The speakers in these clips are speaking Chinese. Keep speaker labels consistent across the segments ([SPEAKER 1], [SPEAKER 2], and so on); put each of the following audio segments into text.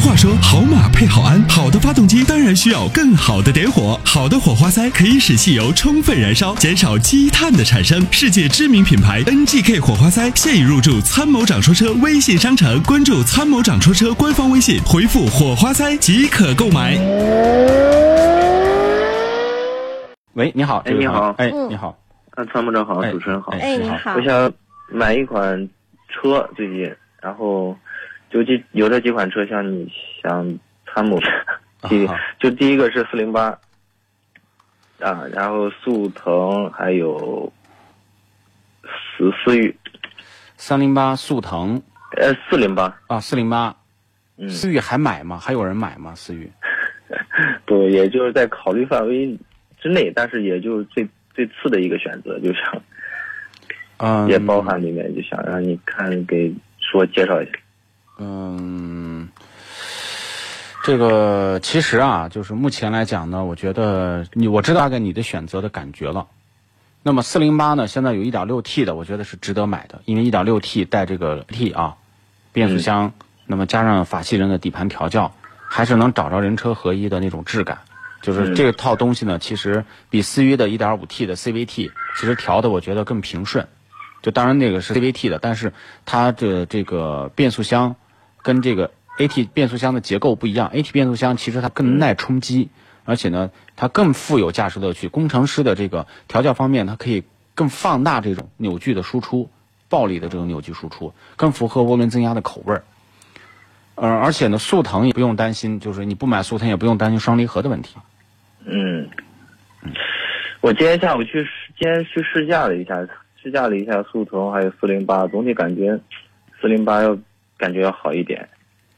[SPEAKER 1] 话说，好马配好鞍，好的发动机当然需要更好的点火。好的火花塞可以使汽油充分燃烧，减少积碳的产生。世界知名品牌 NGK 火花塞现已入驻参谋长说车微信商城，关注参谋长说车官方微信，回复火花塞即可购买。
[SPEAKER 2] 喂，你好，
[SPEAKER 3] 哎你好
[SPEAKER 2] 哎，
[SPEAKER 4] 嗯
[SPEAKER 2] 你好，
[SPEAKER 3] 啊，参谋长好，
[SPEAKER 2] 哎
[SPEAKER 3] 主持人好。
[SPEAKER 4] 哎，
[SPEAKER 2] 你
[SPEAKER 4] 你
[SPEAKER 2] 好
[SPEAKER 4] 好
[SPEAKER 3] 我，想买一款车，最近，然后就这有这几款车向你想参谋。 第、
[SPEAKER 2] 啊好
[SPEAKER 3] 就第一个是四零八，啊，然后速腾还有思思域，
[SPEAKER 2] 三零八速腾
[SPEAKER 3] 呃，四零八，
[SPEAKER 2] 啊，四零八，
[SPEAKER 3] 嗯，
[SPEAKER 2] 思域还买吗？还有人买吗？思域
[SPEAKER 3] 不，也就是在考虑范围之内，但是也就是最最次的一个选择，就想
[SPEAKER 2] 嗯，
[SPEAKER 3] 也包含里面，就想让你看给说介绍一下。
[SPEAKER 2] 嗯，这个其实啊，就是目前来讲呢，我觉得你我知道大概你的选择的感觉了。那么四零八呢，现在有一点六 T 的，我觉得是值得买的，因为一点六 T 带这个 T 啊，变速箱，那么加上法系人的底盘调教，还是能找着人车合一的那种质感。就是
[SPEAKER 3] 嗯
[SPEAKER 2] 这套东西呢，其实比思域的 1.5T 的 CVT 其实调的我觉得更平顺。就当然那个是 CVT 的，但是它的这个变速箱跟这个 AT 变速箱的结构不一样，AT 变速箱其实它更耐冲击，而且呢，它更富有驾驶乐趣。工程师的这个调教方面，它可以更放大这种扭矩的输出，暴力的这种扭矩输出，更符合涡轮增压的口味儿。呃，而且呢，速腾也不用担心，就是你不买速腾也不用担心双离合的问题。
[SPEAKER 3] 嗯，我今天下午去今天去试驾了一下，试驾了一下速腾还有四零八，总体感觉四零八要感觉要好一点。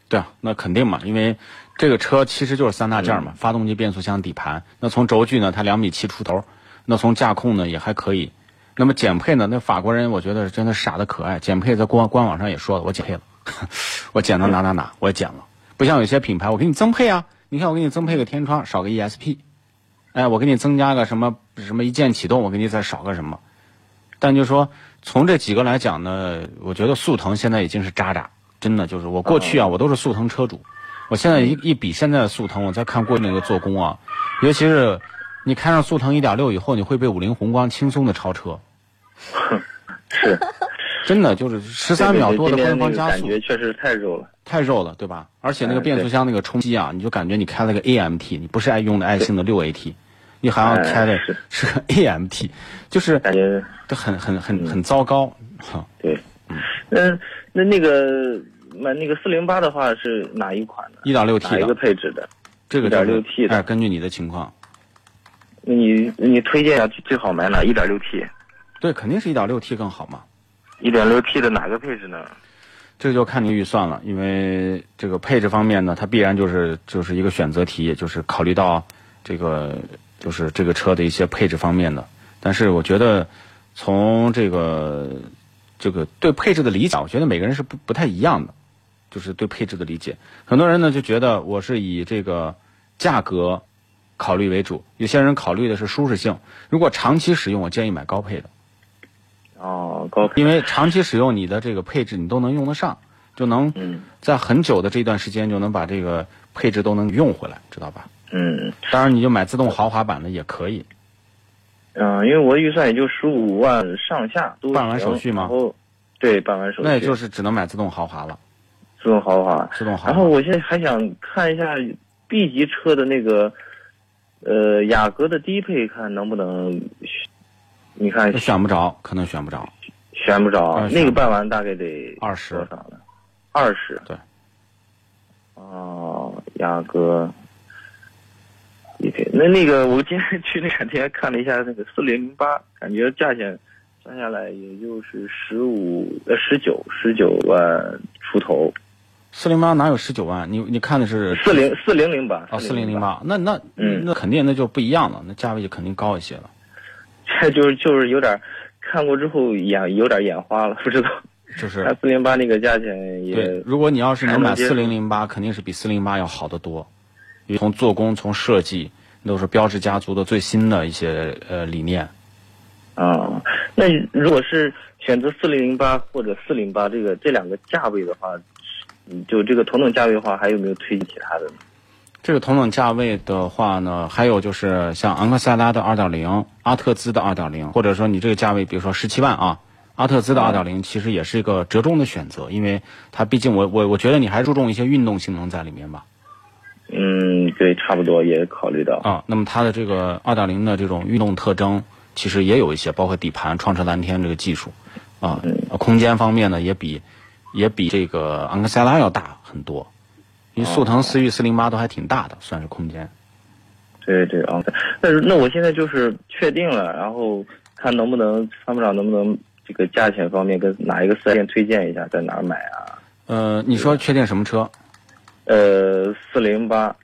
[SPEAKER 2] 对啊，那肯定嘛，因为这个车其实就是三大件儿嘛，发动机、变速箱、底盘。那从轴距呢，它两米七出头，那从驾控呢也还可以。那么减配呢，那法国人我觉得真的傻的可爱，减配在官官网上也说了，我减配了，我减到哪哪哪，我也减了。不像有些品牌，我给你增配啊，你看我给你增配个天窗，少个 ESP，哎，我给你增加个什么什么一键启动，我给你再少个什么。但就说从这几个来讲呢，我觉得速腾现在已经是渣渣，真的就是我过去
[SPEAKER 3] 嗯
[SPEAKER 2] 啊，我都是速腾车主，我现在一一比现在的速腾，我再看过去那个做工啊，尤其是你开上速腾一点六以后，你会被五菱宏光轻松的超车，
[SPEAKER 3] 是，
[SPEAKER 2] 真的就是十三秒多的
[SPEAKER 3] 对对
[SPEAKER 2] 官
[SPEAKER 3] 对今天那
[SPEAKER 2] 方
[SPEAKER 3] 个
[SPEAKER 2] 加
[SPEAKER 3] 感
[SPEAKER 2] 速，
[SPEAKER 3] 觉确实太肉了。
[SPEAKER 2] 太肉了，对吧？而且那个
[SPEAKER 3] 嗯
[SPEAKER 2] 变速箱那个冲击啊，你就感觉你开了个 AMT，你不是爱用的爱信的六 AT，你好像开的
[SPEAKER 3] 嗯是哎
[SPEAKER 2] 是个 AMT，就是
[SPEAKER 3] 感觉
[SPEAKER 2] 都很很
[SPEAKER 3] 嗯
[SPEAKER 2] 很很糟糕。哈
[SPEAKER 3] 对。嗯，那那个买那个四零八的话是哪一款呢？
[SPEAKER 2] 一点六 T
[SPEAKER 3] 哪一个
[SPEAKER 2] 的，
[SPEAKER 3] 配置的？
[SPEAKER 2] 这个就是
[SPEAKER 3] 1.6T 的
[SPEAKER 2] 哎，根据你的情况，
[SPEAKER 3] 那你你推荐一下最好买哪？一点六 T，
[SPEAKER 2] 对，肯定是一点六 T 更好嘛。
[SPEAKER 3] 一点六 T 的哪个配置呢？
[SPEAKER 2] 这个就看你预算了，因为这个配置方面呢，它必然就是就是一个选择题，就是考虑到这个就是这个车的一些配置方面的。但是我觉得从这个这个对配置的理解，我觉得每个人是不不太一样的，就是对配置的理解。很多人呢就觉得我是以这个价格考虑为主，有些人考虑的是舒适性。如果长期使用，我建议买高配的。
[SPEAKER 3] 哦，高配。
[SPEAKER 2] 因为长期使用你的这个配置，你都能用得上，就能
[SPEAKER 3] 嗯
[SPEAKER 2] 在很久的这段时间就能把这个配置都能用回来，知道吧？
[SPEAKER 3] 嗯
[SPEAKER 2] 当然，你就买自动豪华版的也可以。
[SPEAKER 3] 嗯、因为我预算也就十五万上下，都
[SPEAKER 2] 办完
[SPEAKER 3] 行
[SPEAKER 2] 手续吗
[SPEAKER 3] 然后对，办完手续，
[SPEAKER 2] 那也就是只能买自动豪华了，
[SPEAKER 3] 自动豪华。
[SPEAKER 2] 自动豪华。
[SPEAKER 3] 然后我现在还想看一下 B 级车的那个，呃，雅阁的低配，看能不能选，你看
[SPEAKER 2] 选不着，可能选不着。
[SPEAKER 3] 选不着
[SPEAKER 2] 嗯，
[SPEAKER 3] 那个办完大概得
[SPEAKER 2] 20
[SPEAKER 3] 多少呢？二十。
[SPEAKER 2] 对。
[SPEAKER 3] 哦，雅阁。低配那那个，我今天去那两天看了一下那个四零零八，感觉价钱算下来也就是十五呃十九十九万出头，
[SPEAKER 2] 四零八哪有十九万？你你看的是
[SPEAKER 3] 四零四零零八
[SPEAKER 2] 啊，四零零
[SPEAKER 3] 八，
[SPEAKER 2] 八，那那、
[SPEAKER 3] 嗯
[SPEAKER 2] 那肯定那就不一样了，那价位就肯定高一些了。
[SPEAKER 3] 这就是就是有点看过之后眼有点眼花了，不知道
[SPEAKER 2] 就是
[SPEAKER 3] 看四零八那个价钱也
[SPEAKER 2] 对，如果你要是能买
[SPEAKER 3] 还能接
[SPEAKER 2] 四
[SPEAKER 3] 受
[SPEAKER 2] 零零八，肯定是比四零八要好得多，因为从做工、从设计都是标致家族的最新的一些呃理念。
[SPEAKER 3] 啊，那如果是选择四零零八或者四零八这个这两个价位的话，嗯就这个同等价位的话，还有没有推荐其他的呢？
[SPEAKER 2] 这个同等价位的话呢，还有就是像昂克赛拉的2.0，阿特兹的2.0，或者说你这个价位，比如说十七万啊，阿特兹的2.0其实也是一个折中的选择，因为它毕竟我我我觉得你还注重一些运动性能在里面吧。
[SPEAKER 3] 嗯，对，差不多也考虑到。
[SPEAKER 2] 啊，那么它的这个2.0的这种运动特征，其实也有一些，包括底盘、创驰蓝天这个技术，啊，呃空间方面呢也比也比这个昂克赛拉要大很多，因为速腾、思域、408都还挺大的，算是空间。
[SPEAKER 3] 对对啊，那那我现在就是确定了，然后看能不能参谋长能不能这个价钱方面跟哪一个四 S 店推荐一下，在哪儿买啊？
[SPEAKER 2] 呃，你说确定什么车？
[SPEAKER 3] 呃，四零八，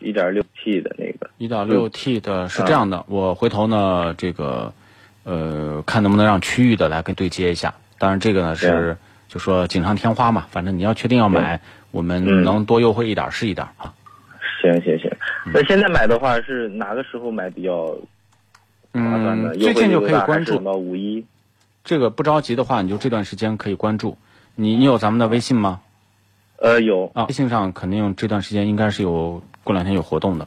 [SPEAKER 3] 一点六 T 的那个，
[SPEAKER 2] 1.6 T 的是这样
[SPEAKER 3] 嗯
[SPEAKER 2] 的，我回头呢这个呃看能不能让区域的来跟对接一下，当然这个呢
[SPEAKER 3] 对啊
[SPEAKER 2] 是就说锦上添花嘛，反正你要确定要买，我们能多优惠一点儿是一点儿啊。
[SPEAKER 3] 行行行。那现在买的话是哪个时候买比较划算呢？
[SPEAKER 2] 嗯，
[SPEAKER 3] 优
[SPEAKER 2] 最
[SPEAKER 3] 惠
[SPEAKER 2] 近
[SPEAKER 3] 力
[SPEAKER 2] 就
[SPEAKER 3] 度
[SPEAKER 2] 可以
[SPEAKER 3] 大还
[SPEAKER 2] 关
[SPEAKER 3] 是
[SPEAKER 2] 注
[SPEAKER 3] 什。么五一？
[SPEAKER 2] 这个不着急的话，你就这段时间可以关注。你你有咱们的微信吗？
[SPEAKER 3] 呃，有
[SPEAKER 2] 啊，微信上肯定这段时间应该是有，过两天有活动的。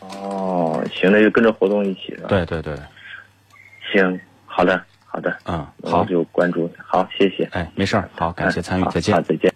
[SPEAKER 3] 哦，行，那就跟着活动一起了。，
[SPEAKER 2] 对对对，
[SPEAKER 3] 行，好的好的，
[SPEAKER 2] 嗯，
[SPEAKER 3] 那我
[SPEAKER 2] 好，
[SPEAKER 3] 就关注，好，谢谢，
[SPEAKER 2] 哎，没事儿，好，感谢参与，
[SPEAKER 3] 好
[SPEAKER 2] 再见
[SPEAKER 3] 好，。再见。嗯